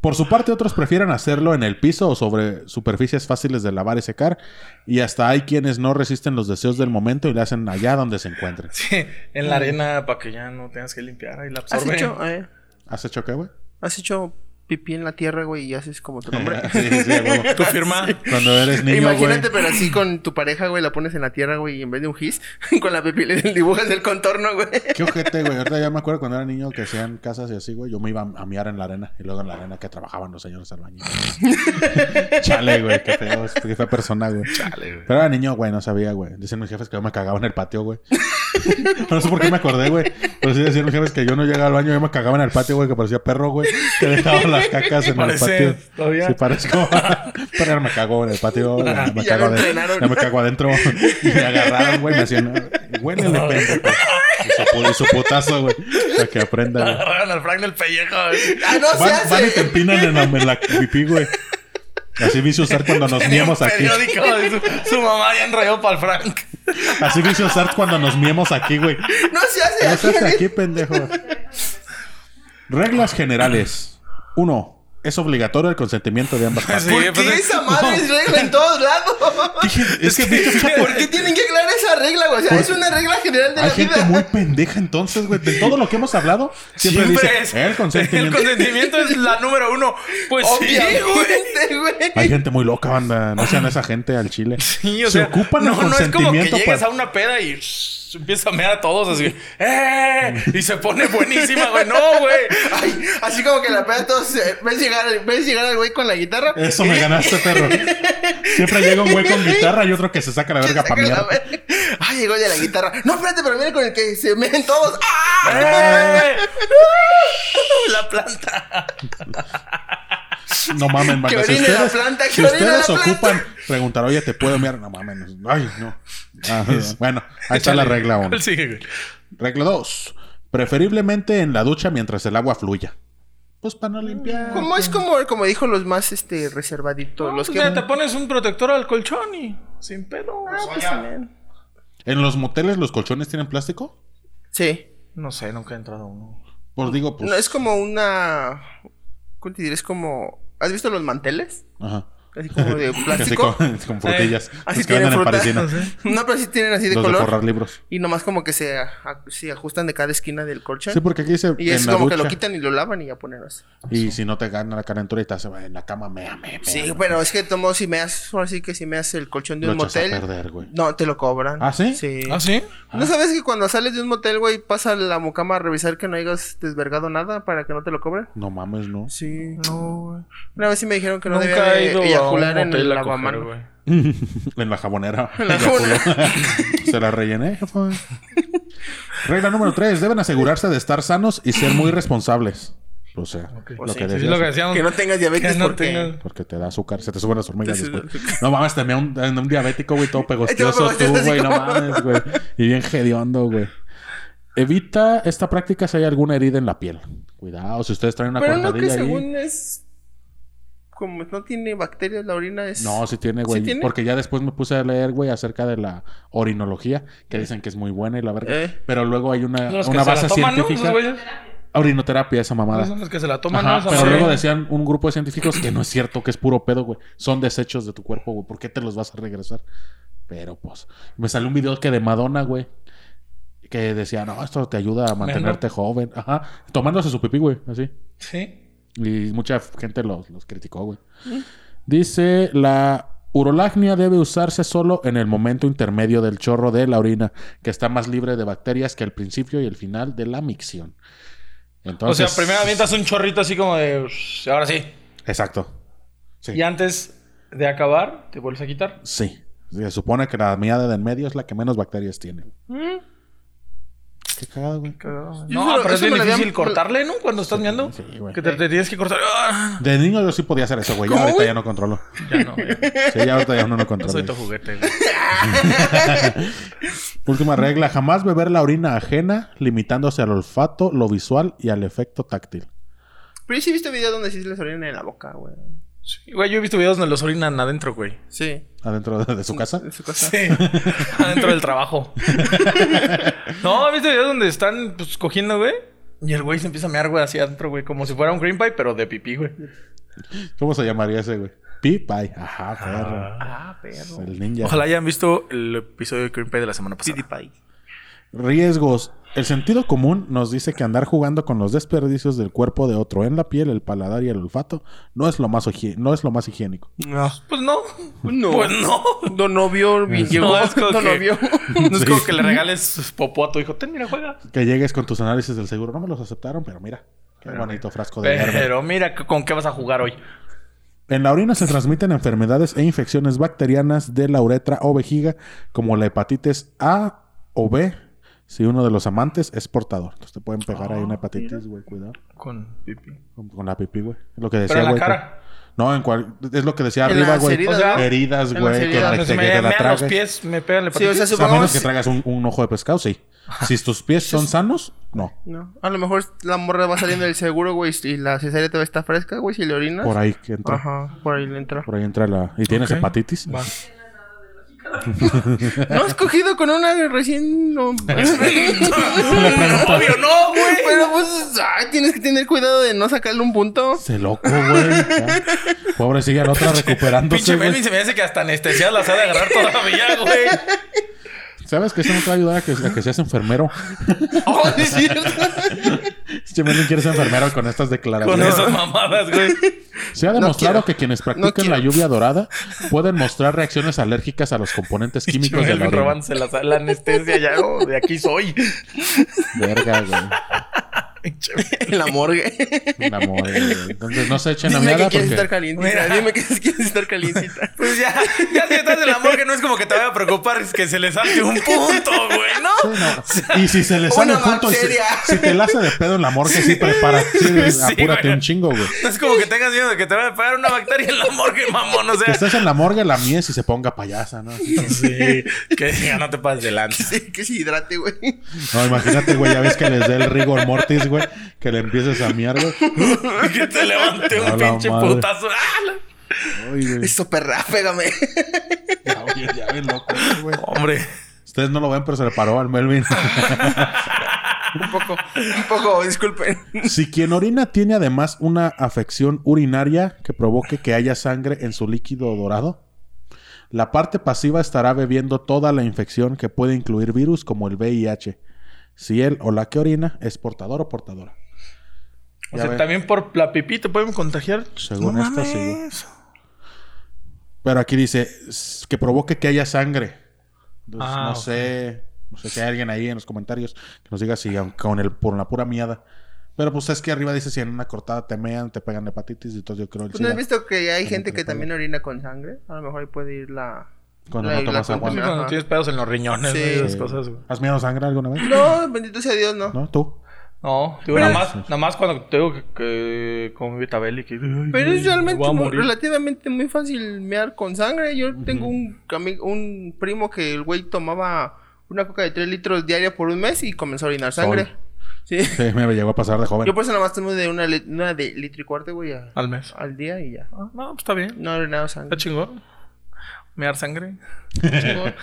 B: Por su parte, otros prefieren hacerlo en el piso o sobre superficies fáciles de lavar y secar. Y hasta hay quienes no resisten los deseos del momento y le hacen allá donde se encuentren.
C: Sí, en la arena para que ya no tengas que limpiar. Ahí la
D: ¿Has
C: absorben. <laughs>
D: hecho, eh,
B: ¿Has hecho qué, güey?
D: ¿Has hecho pipí en la tierra, güey, y haces como tu
B: <laughs>
D: nombre?
B: Sí, sí, güey.
C: Tu firma.
B: Cuando eres niño,
D: Imagínate,
B: güey.
D: pero así con tu pareja, güey, la pones en la tierra, güey, y en vez de un gis, <laughs> con la pipí le dibujas el contorno, güey.
B: Qué ojete, güey. Ahorita ya me acuerdo cuando era niño que hacían casas y así, güey. Yo me iba a miar en la arena. Y luego en la arena que trabajaban los señores
D: <laughs>
B: albañiles. Chale, güey. Qué feo. Qué fea persona, güey. Pero era niño, güey. No sabía, güey. Dicen mis jefes que yo me cagaba en el patio, güey. <laughs> No sé por qué me acordé, güey. Pero sí decían mis jefes que yo no llegaba al baño. Yo me cagaba en el patio, güey. Que parecía perro, güey. Que dejaba las cacas en
C: Pareces,
B: el patio.
C: todavía.
B: Sí, parezco. <laughs> Pero ya no me cago en el patio. güey. Ya me
D: <laughs> Ya
B: cago
D: lo
B: adentro.
D: entrenaron.
B: Ya me cago adentro. <laughs> Y me agarraron, güey. Me hacían... Huélele, pendejo. Y su, pu- y su putazo, güey. Para que aprenda, güey.
C: Agarraron al Frank del pellejo.
D: ¡Ah, no se
B: Van, van y te
D: hace!
B: empinan en la, en la pipí, güey. Así vi usar cuando nos miemos aquí.
C: Periódico. Su, su mamá ya enrolló para el Frank.
B: Así vi usar cuando nos miemos aquí, güey.
D: ¡No se hace!
B: ¿Qué haces
D: así,
B: aquí, pendejo? Reglas generales. Uno. Es obligatorio el consentimiento de ambas partes.
C: Sí,
D: ¿Por
C: pues,
D: qué esa madre es regla en todos lados?
C: <laughs>
B: Es que pinche chapo,
D: ¿Por qué tienen que aclarar esa regla, güey? O sea, es una regla general de
B: Pues Hay
D: la
B: gente
D: vida.
B: muy pendeja entonces, güey. De todo lo que hemos hablado, siempre, dice
C: es-
B: el consentimiento.
C: El consentimiento es la número uno. Pues sí, güey.
D: <laughs> Obviamente,
B: Hay
D: güey.
B: gente muy loca, banda. No sean esa gente al
D: <laughs>
B: chile.
C: Sí, o
B: Se
C: sea,
B: ocupan el
C: no, no es como que
B: consentimiento
C: llegues
B: pa-
C: a una peda y shh, empieza a mear a todos así. ¡Eh! Y se <laughs> pone buenísima, güey. No, güey. <laughs>
D: Ay, así como que la peda todos eh, ves llegar, ves llegar al güey con la guitarra.
B: Eso me
D: <laughs>
B: ganaste, perro. Siempre llega un güey con guitarra y otro que se saca la verga
D: Saca
B: para
D: la
B: mierda.
D: ver- Ay, llegó el de la guitarra. No, espérate, pero mira con el que se meten todos. ¡Ah!
C: ¡Eh! La planta.
B: No mamen,
D: Que
B: banda. Si
D: orine la
B: ustedes,
D: planta, que
B: si
D: orine
B: ustedes
D: la planta.
B: ocupan preguntar, oye, ¿te puedo mirar? No mamen. Ay, no.
D: <laughs>
B: Ah, bueno, ahí está la regla uno.
C: ¿Cuál sigue, güey?
B: Regla 2. Preferiblemente en la ducha mientras el agua fluya. Pues para no limpiar.
D: Como es como, como dijo los más este reservaditos,
C: No,
D: los
C: pues
D: que
C: ya te pones un protector al colchón y sin pedo.
D: pues, también.
B: ¿En los moteles los colchones tienen plástico?
D: Sí.
C: No sé, nunca he entrado a uno.
B: Pues digo, pues.
D: No, es como una ¿cómo te diré? Es como ¿Has visto los manteles?
B: Ajá.
D: Así
B: <laughs>
D: como de
B: Así
D: plástico. Eh,
B: con, con <laughs> frutillas.
D: Así
B: Los que
D: tienen
B: venden en
D: fruta.
B: Parisina.
D: <laughs> no, pero sí tienen así de
B: Los de
D: color.
B: forrar libros.
D: y nomás como que se, a- se ajustan de cada esquina del colchón.
B: Sí, porque aquí dice
D: y es
B: en la
D: como que lo
B: ducha.
D: quitan y lo lavan y ya ponen así.
B: Y si no te gana la calentura y te hace en la cama, mea, mea, mea.
D: Sí, pero es que tomo si me haces, ahora sí que si me haces el colchón de
B: Lo
D: un
B: echas a
D: motel.
B: perder, güey.
D: No, te lo cobran.
B: ¿Ah, sí?
D: Sí.
C: ¿Ah, sí?
D: ¿No sabes que cuando sales de un motel, güey, pasa la mucama a revisar que no hayas desvergado nada para que no te lo cobren?
B: No mames, no. <laughs>
D: Sí.
C: No, güey.
D: Una vez sí me dijeron que no debía
C: Nunca he
D: de
C: ido a un
D: eyacular en el
C: hotel a coger,
D: lavamanos.
C: güey.
B: en la jabonera. <laughs> Ya culó. Se la rellené. jefa. Regla número 3. Deben asegurarse de estar sanos y ser muy responsables. O sea, lo,
D: Pues sí,
B: que
D: sí,
C: Sí,
B: decías,
C: es lo que decíamos.
D: Que no tengas diabetes
C: Que no
D: porque...
C: tengas-
B: Porque te da azúcar, se te suben las hormigas
D: Te
B: después. No mames, tenía un, un diabético,
D: <laughs>
B: güey, todo pegostioso tú,
D: pegostioso, así
B: güey, no
D: como-
B: mames, güey. Y bien hediondo, güey. Evita esta práctica si hay alguna herida en la piel. Cuidado, si ustedes traen una
D: Pero no que
B: cortadilla ahí.
D: según es... Como no tiene bacterias la orina es...
B: No, sí tiene, güey.
D: tiene?
B: Porque ya después me puse a leer, güey, acerca de la orinología, que dicen que es muy buena y la verga.
D: Eh.
B: Pero luego hay una,
C: Son los que
B: una
C: se la
B: base
C: toman, ¿no? Pues,
B: científica.
C: Esos güeyes.
B: Orinoterapia, esa mamada.
C: Son los que se la toman,
B: Ajá,
C: ¿no? Esa
B: pero
C: madre.
B: luego decían un grupo de científicos que no es cierto, que es puro pedo, güey. Son desechos de tu cuerpo, güey. ¿Por qué te los vas a regresar? Pero pues, me salió un video que de Madonna, güey. Que decía, no, esto te ayuda a mantenerte joven. Ajá. Tomándose su pipí, güey. Así.
C: Sí.
B: Y mucha gente los, los criticó, güey.
C: Mm.
B: Dice, la urolagnia debe usarse solo en el momento intermedio del chorro de la orina, que está más libre de bacterias que el principio y el final de la micción. Entonces,
C: o sea, primero avientas un chorrito así como de. Ahora sí.
B: Exacto. Sí.
C: Y antes de acabar, te vuelves a quitar.
B: Sí. Se supone que la miada de en medio es la que menos bacterias tiene.
D: ¿Mm?
B: Qué cagado, güey.
D: Yo
C: No,
D: eso-
C: pero es
D: eso
C: bien
D: me lo habían-
C: difícil cortarle, ¿no? Cuando estás meando.
B: sí, güey.
C: que te, te tienes que cortar. ¡Ah!
B: De niño yo sí podía hacer eso, güey. Ya
D: ¿Cómo,
B: ahorita
D: güey?
B: ya no controlo.
C: Ya no, ya.
B: Sí, ya ahorita ya uno no
C: No
B: controla.
C: soy tu juguete. güey.
B: Última regla, jamás beber la orina ajena, limitándose al olfato, lo visual y al efecto táctil.
D: Pero yo sí he visto videos donde sí se les orina en la boca, güey.
C: Sí, Güey, yo he visto videos donde los orinan adentro, güey.
D: Sí.
B: Adentro de, de su
D: <laughs>
B: casa.
D: Es su cosa.
C: Sí. <laughs> Adentro del trabajo. no, ¿viste videos donde están pues, cogiendo, güey? Y el güey se empieza a mear, güey, así adentro, güey. Como si fuera un green pie, pero de pipí, güey.
B: ¿Cómo se llamaría ese, güey? Pipay. Ajá, perro.
D: Ah, perro.
B: El ninja.
C: Ojalá hayan visto el episodio de green pie de la semana pasada.
B: <laughs>
D: PewDiePie.
B: Riesgos. El sentido común nos dice que andar jugando con los desperdicios del cuerpo de otro en la piel, el paladar y el olfato no es lo más, higie- no es lo más higiénico.
D: No.
C: Pues no.
D: No.
C: Pues
B: <laughs>
C: no.
D: Don novio vi- llegó.
C: No, es como
D: Don
C: que-
D: novio.
C: No es como que le regales popó a tu hijo. Ten, mira, juega.
B: Que llegues con tus análisis del seguro. No me los aceptaron, pero mira. Qué bonito frasco de verme.
C: Pero mira, que- ¿con qué vas a jugar hoy?
B: En la orina se transmiten enfermedades e infecciones bacterianas de la uretra o vejiga, como la hepatitis A o B, si uno de los amantes es portador. Entonces te pueden pegar ahí una hepatitis, güey, cuidado.
C: Con pipí.
B: Con, con la pipí, güey. Lo que decía,
C: Pero en la
B: güey. que-
C: cara.
B: No, en cual... es lo que decía
D: En
B: arriba,
D: las
B: güey.
D: heridas,
B: Heridas,
C: O sea,
D: ¿no? en las
B: güey, que,
D: heridas.
B: la-
C: Entonces
B: que
C: me
B: te la
C: mean los
B: tragues.
C: pies, me pegan la
D: Sí, o sea,
B: A
C: hepatitis.
B: menos
D: supongamos...
B: que traigas un, un ojo de pescado, sí.
C: <laughs>
B: Si tus pies son sanos, no.
D: <laughs> No. A lo mejor la morra va saliendo del seguro, güey, y la cesárea todavía está fresca, güey, si le orinas.
B: Por ahí que entra.
D: Ajá, por ahí le entra.
B: Por ahí entra la. ¿Y tienes
C: Ok.
B: hepatitis?
C: <laughs> Va.
D: No has cogido con una recién.
B: <laughs>
D: No. <laughs>
C: Obvio, no, güey.
D: Pero pues, ay, tienes que tener cuidado de no sacarle un punto.
B: Se loco, güey. Ya. Pobrecilla, la otra recuperándose.
C: <laughs> Pinche
B: güey.
C: Benny se me hace que hasta anestesiada las ha de agarrar todavía, güey.
B: <laughs> ¿Sabes que eso no te va a ayudar a que, a que seas enfermero?
D: <laughs> Oh, sí, es cierto. <laughs>
B: Este Melvin quiere ser enfermero con estas
C: Con
B: declaraciones.
C: esas mamadas, güey.
B: Se ha
D: No
B: demostrado
D: quiero.
B: que quienes practican
D: quiero.
B: la lluvia dorada pueden mostrar reacciones alérgicas a los componentes <laughs> químicos de la
C: Chumelvin
B: orina.
C: robándose la, la anestesia ya, güey. De aquí soy.
B: Verga, <laughs> güey.
C: Pinche
D: En la morgue.
B: La madre, güey. Entonces no se echen la
D: Dime que
B: mierda
D: quieres estar
B: porque...
D: calientita.
C: Mira.
D: Dime que quieres estar <laughs> calientita.
C: Pues ya, ya si estás en la morgue, no es como que te vaya a preocupar, es que se le salte un punto, güey, ¿no?
B: Sí, no. Y si se
D: <laughs>
B: les sale
D: Una
B: un punto y si,
D: bacteria.
B: si te la hace de pedo en la morgue, sí, prepárate.
D: <laughs>
B: Sí,
C: Sí,
B: apúrate
C: güey.
B: un chingo, güey.
C: No es como que tengas miedo de que te vaya a pegar una bacteria en la morgue, mamón, o
B: Que <laughs>
C: sea.
B: estés en la morgue, la mies y se ponga payasa, ¿no? Así.
C: Sí, que ya no te pases de lanza.
D: Sí, que se hidrate, güey.
B: No, imagínate, güey, ya ves que les dé el rigor mortis, güey. que le empieces a miar, güey.
C: <laughs> que te levante
B: A
C: un
B: la
C: pinche
B: madre.
C: putazo. ¡Ah, la-
B: Ay,
D: <laughs>
B: güey.
D: Eso perra, pégame.
B: Ya, güey, ya ves loco, güey.
C: Hombre.
B: Ustedes no lo ven, pero se le paró al
D: <laughs>
B: Melvin.
D: un poco, un poco, disculpen.
B: Si quien orina tiene además una afección urinaria que provoque que haya sangre en su líquido dorado, la parte pasiva estará bebiendo toda la infección que puede incluir virus como el VIH. Si él o la que orina es portador o portadora.
C: O
B: Ya
C: sea,
B: ve.
C: también por la pipí te pueden contagiar.
B: Según
C: no
B: esto, sí, güey.
C: mames.
B: Pero aquí dice s- que provoque que haya sangre. Entonces,
C: Ah,
B: no
C: ok.
B: sé, no sé si hay alguien ahí en los comentarios que nos diga si aunque con el por la pura miada. Pero pues es que arriba dice si en una cortada te mean, te pegan hepatitis y entonces yo creo el
D: ¿Pues ¿No has
B: SIDA.
D: visto que hay
B: También
D: gente
B: te
D: que
B: lo
D: también orina con sangre? A lo mejor ahí puede ir la...
B: Cuando
D: la-
B: no
D: la
B: tomas agua.
C: Sí,
D: contaminación.
C: cuando
D: Ajá.
C: tienes pedos en los riñones
D: Sí.
C: ¿no? y esas
B: Sí.
C: cosas, güey.
B: ¿Has mirado sangre alguna vez?
D: No, bendito sea Dios, no.
B: ¿No? ¿Tú?
C: No, digo, nada más, nada más cuando te digo que, que con Vitabel y que. ay,
D: Pero
C: güey,
D: es realmente
C: voy a
D: muy-
C: morir.
D: relativamente muy fácil mear con sangre. Yo tengo un, ami- un primo que el güey tomaba una coca de 3 litros diaria por un mes y comenzó a orinar sangre. Sí.
B: Sí, me llegó a pasar de joven.
D: Yo por eso nada más tomo de una, li- una de litro y cuarto, güey, a-
C: Al mes.
D: al día y ya.
C: Ah, No, pues está bien.
D: No he orinado
C: Está
D: sangre.
C: chingón. Mear sangre.
B: <laughs>
D: Chingón.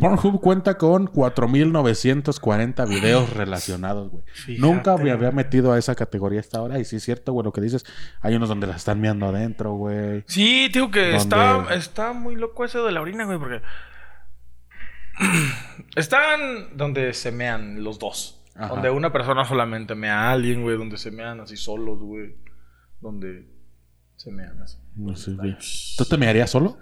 B: Pornhub cuenta con 4.940 videos relacionados, güey.
C: Fíjate.
B: Nunca me había metido a esa categoría hasta ahora. Y sí es cierto, güey, lo que dices. Hay unos donde las están mirando adentro, güey.
C: Sí, digo que
B: ¿Dónde?
C: está, está muy loco eso de la orina, güey, porque. <clears throat> Están donde se mean los dos.
B: Ajá.
C: Donde una persona solamente mea a alguien, güey. Donde se mean así solos, güey. Donde se mean así.
B: No sé, güey. ¿Tú te mearías solo?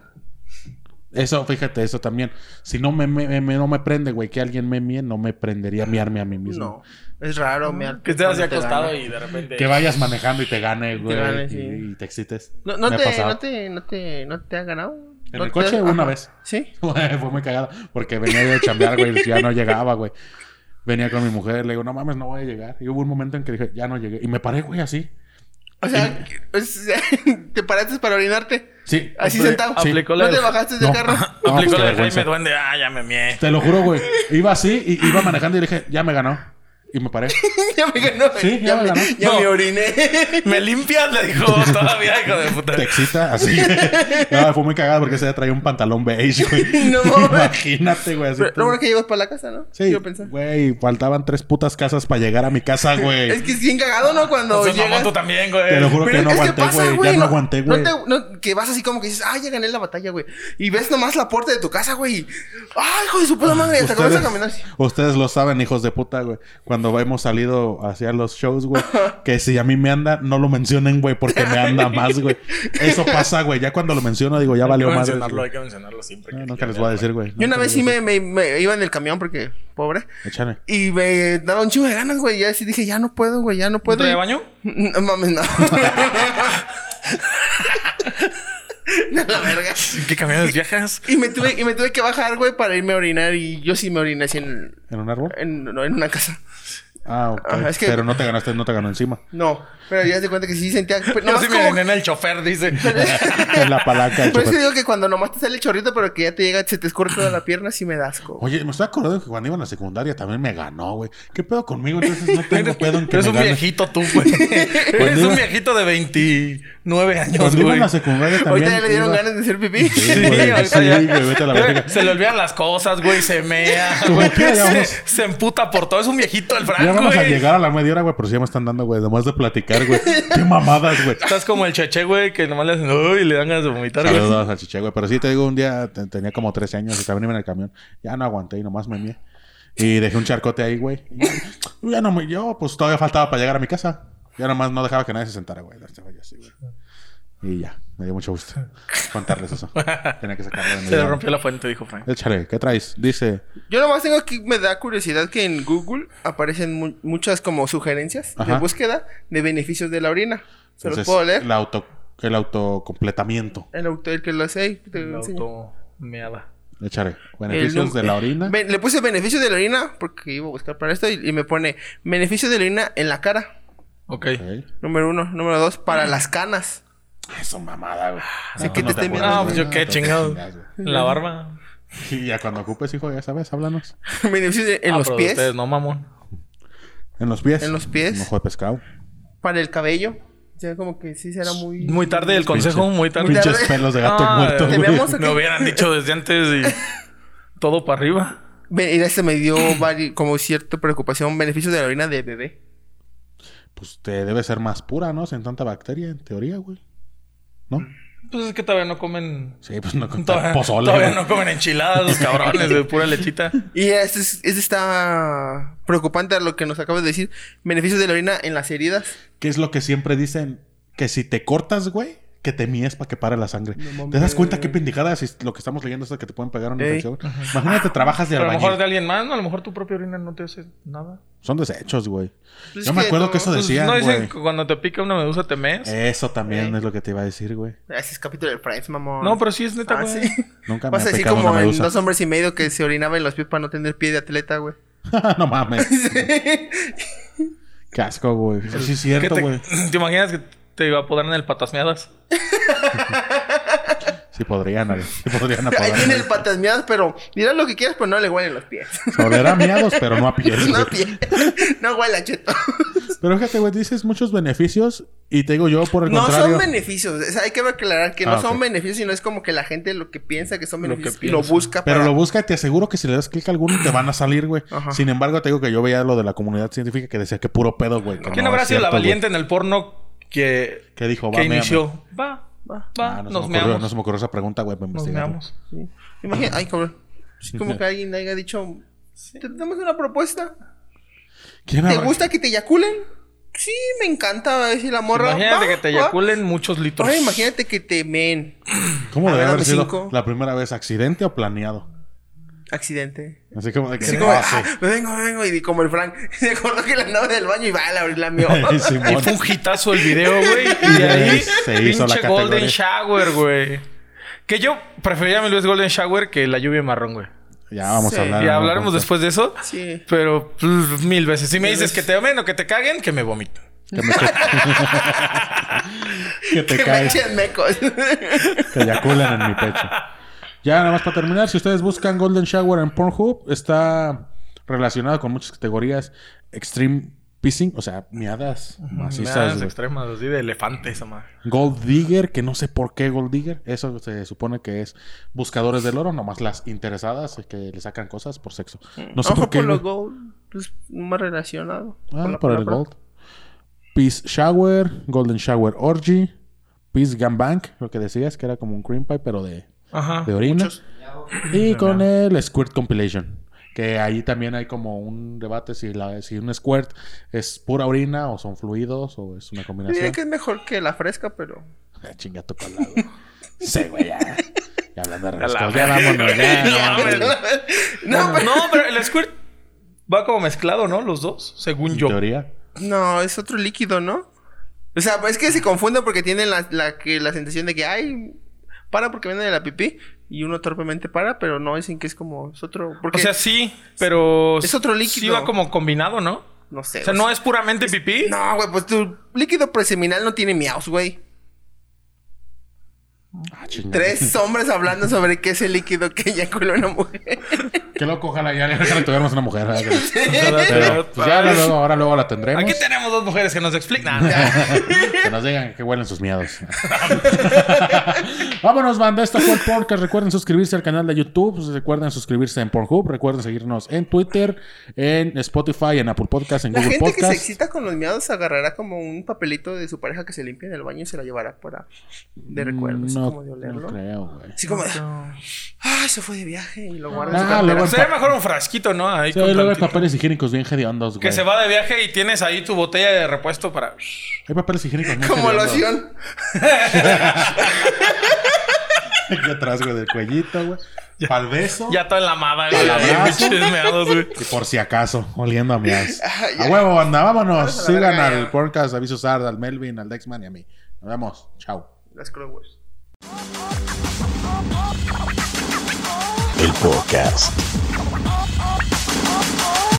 B: Eso, fíjate, eso también. Si no me, me- me- no me prende, güey, que alguien me mie, no me prendería miarme a mí mismo.
D: No. Es raro mear.
C: Que estés así
D: cuando te
C: acostado
D: gana.
C: y de repente.
B: Que vayas manejando y te gane, güey.
D: gane,
B: y,
D: sí.
B: y te excites.
D: No, no
B: Me ha
D: te,
B: pasado.
D: no, te, no, te, ¿No te ha ganado?
B: En
D: ¿No
B: el
D: te has-
B: coche una
D: Ajá.
B: vez.
D: ¿Sí?
B: <laughs> Güey, fue muy cagada. Porque venía yo de chambear, güey. y Ya no llegaba, güey. Venía con mi mujer. Le digo, no mames, no voy a llegar. Y hubo un momento en que dije, ya no llegué. Y me paré, güey, así. <laughs>
D: O sea, que- o sea, <laughs> te paraste para orinarte.
B: Sí.
D: Así
B: Apli-
D: sentado.
B: Sí.
C: Aplicó la
D: No
C: de-
D: te bajaste
B: <laughs>
D: del
B: No.
D: carro. <laughs>
B: No, pues,
C: Aplicó
B: qué
C: la de
B: vergüenza.
C: Jaime Duende. Ah, ya me meé.
B: Te lo juro, güey. Iba así. Y iba manejando y dije, ya me ganó. Y me paré.
D: ya me ganó.
B: Sí, ya
D: ya,
B: me ganó.
D: me, ya
C: No.
D: me oriné.
C: ¿Me limpias? Le
B: <laughs>
C: dijo todavía, hijo de puta.
B: Te excita, así. No, fue muy cagada porque se traía un pantalón beige, güey.
D: <laughs>
B: <laughs>
D: No mames.
B: Imagínate, güey. Así
D: Pero
B: todo.
D: lo bueno que llevas para la casa, ¿no?
B: Sí,
D: Yo pensaba.
B: güey. Faltaban tres putas casas para llegar a mi casa, güey.
D: Es que es bien cagado, ¿no? Cuando
C: Entonces,
D: llegas...
C: mamón, tú también, güey.
B: Te lo juro que
D: Pero
B: no
D: es que
B: aguanté,
D: pasa,
B: güey. Ya no aguanté, güey.
D: No te- no- que vas así como que dices, ah, ya gané la batalla, güey. Y ves nomás la puerta de tu casa, güey. Ah, hijo de su puta madre. Hasta comienzas a caminar así.
B: ustedes lo saben, hijos de puta, güey. Cuando hemos salido hacia los shows,
D: <laughs>
B: güey, que si a mí me anda, no lo mencionen, güey, porque me anda más, güey. Eso pasa, güey. Ya cuando lo menciono, digo, ya
C: Hay que
B: valió más.
C: mencionarlo, hay que mencionarlo siempre. que-
B: nunca les voy a decir, güey.
D: Yo una
B: Nunca
D: vez sí
B: les voy a
D: me, me- me iba en el camión porque, pobre.
B: decir. Échale.
D: Y me daba un chingo de ganas, güey. Y así dije, ya no puedo, güey, ya no puedo.
C: ¿Trae
D: Y-
C: baño?
D: <laughs> No mames, no. <laughs> no, la verga.
C: ¿En
B: <laughs>
C: ¿Qué camiones viajas?
D: Y me tuve, y me tuve que bajar, güey, para irme a orinar. Y yo sí me oriné así en,
B: ¿En un árbol?
D: en, no, en una casa.
B: Ah, ok.
D: Ajá, es que-
B: Pero no te ganaste, no te ganó encima.
D: No, pero ya te cuenta que sí sentía. Pero
C: No,
D: nomás
C: sí me
D: como-
C: oriné en el chofer, dice.
B: en la palanca. del
D: Por eso
B: chofer.
D: digo que cuando nomás te sale el chorrito, pero que ya te llega, se te escurre toda la pierna, sí me da asco.
B: Oye, me estoy acordando que cuando iba en la secundaria también me ganó, güey. ¿Qué pedo conmigo? Entonces no tengo pedo en que
C: Eres
B: me
C: un
B: gane.
C: viejito tú,
B: <laughs>
C: güey. Eres
B: iba-
C: un viejito de 29 años,
B: Cuando iba
C: güey.
B: en la secundaria también.
D: Ahorita ya le dieron
B: iba-
D: ganas de hacer pipí. <laughs>
B: Sí,
C: Sí,
B: güey,
C: ahorita
B: sí,
C: ya.
B: güey, vete a la verga.
C: Eh, Se le olvidan las cosas, güey.
B: <laughs>
C: Se mea,
B: Como
C: güey.
B: quiera, ya
C: Se,
B: vamos.
C: se emputa por todo. Es un viejito el
B: Ya
C: Franco,
B: vamos a
C: güey.
B: llegar a la media hora, güey, pero sí ya me están dando, güey, además de platicar, güey. Qué mamadas, güey.
C: Estás como el cheche, güey, que nomás le hacen uy, y le dan ganas de vomitar, güey.
B: Saludos al chiche, güey. Pero sí te digo, un día te- tenía como 13 años y también iba en el camión. Ya no aguanté y nomás me mié. Y dejé un charcote ahí, güey. Y Ya no me. Yo, pues todavía faltaba para llegar a mi casa. Ya nomás no dejaba que nadie se sentara, güey. Estaba yo así, güey. Y ya, me dio mucho gusto contarles eso. Tenía que sacarlo de mi
C: Se le
B: vida.
C: rompió la fuente, dijo Frank.
B: Échale, ¿qué traes? Dice.
D: Yo nomás tengo aquí, me da curiosidad que en Google aparecen mu- muchas como sugerencias
B: Ajá.
D: de búsqueda de beneficios de la orina. ¿Se los
B: entonces,
D: puedo leer?
B: El, auto, el autocompletamiento.
D: El autor que lo hace ahí. te lo enseño.
C: meada.
B: Échale.
D: El
B: Beneficios
D: num-
B: de la orina.
D: Ven, le puse beneficio de la orina porque iba a buscar para esto y, y me pone beneficio de la orina en la cara.
C: Ok.
B: Ok.
D: Número uno. Número dos,
C: Mm.
D: para las canas. <laughs>
B: Eso mamada, güey.
D: Así que te estoy
B: acuerdas,
D: viendo.
B: güey.
D: No, pues
C: yo qué
B: te
C: chingado.
B: chingas, güey.
C: La barba.
B: Y ya cuando ocupes, hijo, ya sabes, háblanos.
D: beneficio de- en
C: Ah,
D: los
C: pero de
D: pies.
C: Ustedes no, mamón.
B: En los pies.
D: En los pies.
B: Un ojo de pescado.
D: para el cabello. O sea, como que sí será muy...
E: Muy tarde el consejo, muy tarde.
D: Muy
B: Pinches pelos de gato
E: Ah,
B: muerto,
D: te
B: güey.
D: veamos aquí.
E: Me hubieran dicho desde antes y todo para arriba.
D: Ve- Mira, este me
E: <coughs>
D: dio vari- como cierta preocupación beneficios de la orina de bebé.
B: Pues te debe ser más pura, ¿no? Sin tanta bacteria, en teoría, güey. ¿No?
E: Pues es que todavía no comen.
B: Sí, pues no con
E: Todavía,
B: pozole.
E: todavía
B: güey.
E: no comen enchiladas, los cabrones de pura lechita.
D: Y este, es- este está preocupante a lo que nos acabas de decir. Beneficios de la orina en las heridas.
B: ¿Qué es lo que siempre dicen? Que si te cortas, güey, que te míes para que pare la sangre.
D: No mames.
B: ¿Te das cuenta qué pendejada si lo que estamos leyendo es que te pueden pegar una
D: Ey.
B: infección? Imagínate, trabajas de
E: Pero a lo
B: albañil.
E: mejor de alguien más, ¿no? A lo mejor tu propia orina no te hace nada.
B: Son desechos, güey.
D: Pues
B: Yo
D: es
B: me
D: que
B: acuerdo
D: no-
B: que eso
E: Pues,
B: decían,
E: no
B: güey. Eh,
E: dicen que cuando te pica una medusa te mees.
B: Eso también
D: Ey.
B: es lo que te iba a decir, güey.
D: Ah, Ese es capítulo de Friends, mamón.
E: No, pero sí es neta,
D: Ah,
E: güey.
D: sí.
B: Nunca me
D: Vas
B: ha
D: a decir
B: picado
D: como
B: una
D: en
B: medusa.
D: dos hombres y medio que se orinaba en los pies para no tener pie de atleta, güey.
B: <laughs> no
E: <laughs>
B: mames. Qué asco, güey. Sí es <laughs>
E: Que
B: cierto,
E: te,
B: güey.
E: <laughs> ¿Te imaginas que te iba a poder en el patasmeadas?
B: Sí podrían, Ale. Sí podrían
D: Ahí
B: apodar.
D: tiene el patas miadas, pero dirás lo que quieras, pero no le huelen
B: <laughs>
D: los pies.
B: Olerá a miados, pero no a
E: <laughs>
B: pies.
D: no
B: güey.
D: a pie. <laughs> No huele a cheto.
E: pues.
B: Pero fíjate, güey, dices muchos beneficios y te digo yo por el
D: No
B: contrario.
D: son beneficios. O sea, hay que aclarar que no
B: Ah, ok.
D: son beneficios, sino es como que la gente lo que piensa que son
E: Lo que
D: beneficios y lo
E: piensa.
D: busca
B: Pero
D: para-
B: lo busca y te aseguro que si le das clic a alguno te van a salir, güey.
D: Ajá.
B: Sin embargo, te digo que yo veía lo de la comunidad científica que decía que puro pedo, güey. que
E: ¿Quién
B: no
E: habrá
B: es
E: sido la
B: cierto, güey.
E: valiente en el porno que,
B: Que dijo, va,
E: que
B: méame.
E: inició? Va, va, va,
B: Ah, no, se
E: nos
B: me ocurrió,
E: meamos.
B: no se me ocurrió esa pregunta, güey, para
E: nos
B: investigar.
E: meamos.
D: Sí. Imagina, ay, cabrón. Es como que alguien haya dicho, tenemos una propuesta.
B: ¿Quién
D: ¿Te
B: habrá-
D: gusta que te eyaculen? Sí, me encanta. Es la morra.
E: Imagínate
D: va,
E: que te
D: va.
E: eyaculen muchos litros.
D: Ay, imagínate que te men.
B: ¿Cómo
D: A
B: debe
D: ver,
B: haber
D: dame
B: sido
D: cinco.
B: la primera vez? ¿Accidente o planeado?
D: Accidente.
B: Así como de que...
D: Así
B: no,
D: como,
B: sí.
D: "Ah, me vengo, me vengo. Y como el Frank <laughs> se acordó que la andaba del baño y va a la abrir la
B: <laughs>
D: mío.
B: Simón.
E: Y fue un hitazo el
D: <laughs>
E: video, güey. Y de ahí
B: Se hizo la
E: pinche
B: categoría.
E: Golden Shower, güey. Que yo prefería mil veces Golden Shower que la lluvia marrón, güey.
B: Ya vamos
D: Sí.
B: a hablar.
E: y
B: ¿no?
E: hablaremos
B: Entonces,
E: después de eso.
D: Sí.
E: Pero pff, mil veces. Si me dices que te amen o que te caguen, que me vomito.
B: <laughs> Que te
D: Que <laughs> me
B: caes.
D: echen mecos.
B: que eyaculan en mi pecho. Ya nada más para terminar, si ustedes buscan Golden Shower en Pornhub, está relacionado con muchas categorías. Extreme Pissing, o sea, miadas
E: Nada,
B: macizas.
E: es
B: güey.
E: extremas, así de elefante esa madre.
B: Gold Digger, que no sé por qué Gold Digger. Eso se supone que es buscadores del oro, nomás las interesadas eh, que le sacan cosas por sexo. No sé
D: Ojo
B: por qué.
D: los
B: güey.
D: gold. Pues más relacionado.
B: Ah,
D: Con la
B: por el
D: palabra.
B: Gold. Peace Shower, Golden Shower Orgy, Peace Gangbang, lo que decías, que era como un cream pie, pero de
E: Ajá.
B: de orina. Y con el Squirt Compilation. Que ahí también hay como un debate si, la, si un squirt es pura orina o son fluidos o es una
D: Diría
B: combinación.
D: que es mejor que la fresca, pero.
B: Ah, Chinga tu cola, güey. Sí, güey, ya. Ya hablando de
E: A la
B: rascos, ya
E: verga,
B: vámonos,
D: <laughs>
B: ya, ya, vámonos.
E: güey. Ah, No, güey.
D: No, pero-
E: No,
D: <laughs>
E: pero el squirt va como mezclado, ¿no? Los dos, según
B: En
E: yo.
B: teoría.
D: No, es otro líquido, ¿no? O sea, es que se confunden porque tienen la, la, que, la sensación de que, ay, para porque viene de la pipí. Y uno torpemente para, pero no dicen que es como, es otro. Porque,
E: O sea, sí, pero.
D: Es otro
E: Sí
D: líquido.
E: va como combinado, ¿no?
D: no sé.
E: O sea, no es puramente pipí.
D: No, güey, pues tu líquido preseminal no tiene miaus, güey.
B: Ah, chinga.
E: <laughs>
D: Tres hombres hablando sobre qué es el líquido que eyaculó una mujer.
B: Qué loco, ojalá ya ya le tuviéramos una mujer. ¿verdad? Pero,
E: Pero-
B: pues ya luego, ahora luego la tendremos.
E: Aquí tenemos dos mujeres que
B: <laughs>
E: nos explican. Nah,
B: Que nos digan que huelen sus miedos. <laughs> Vámonos, banda. Esto fue el podcast. Recuerden suscribirse al canal de YouTube. Recuerden suscribirse en Pornhub. Recuerden seguirnos en Twitter, en Spotify, en Apple Podcast, en
D: La
B: Google
D: gente que se
B: Podcast.
D: excita con los miados agarrará como un papelito de su pareja que se limpia en el baño y se la llevará para de recuerdo, así
B: no,
D: como de olerlo.
B: no creo, güey.
D: Así como, ah, se fue de viaje y lo guarda en su
B: Ah,
D: cartera.
B: luego el
E: Sería
B: pa-
E: mejor un frasquito, ¿no? Ahí
B: Sí,
E: con
B: luego hay
E: tantito.
B: papeles higiénicos bien hediondos,
E: Que
B: güey.
E: se va de viaje y tienes ahí tu botella de repuesto para.
B: Hay papeles higiénicos bien
D: Como
B: hediondos.
D: loción.
B: <laughs> Aquí atrás, güey, del cuellito, güey. Pa'l beso.
E: Ya toda enlamada, güey.
B: Al
E: Ahí,
B: abrazo.
E: pinches meados, güey.
B: Y por si acaso, oliendo a
D: <laughs>
B: mias. A
D: Ay, Ah, ya.
B: huevo, banda. Vámonos.
D: Vamos a la
B: Sigan
D: verga,
B: al
D: ya.
B: podcast, a Viso Sard, al Melvin, al Dexman y a mí. Nos vemos. Chao.
D: Las Crowers.
F: El podcast.
A: oh, oh, oh, oh.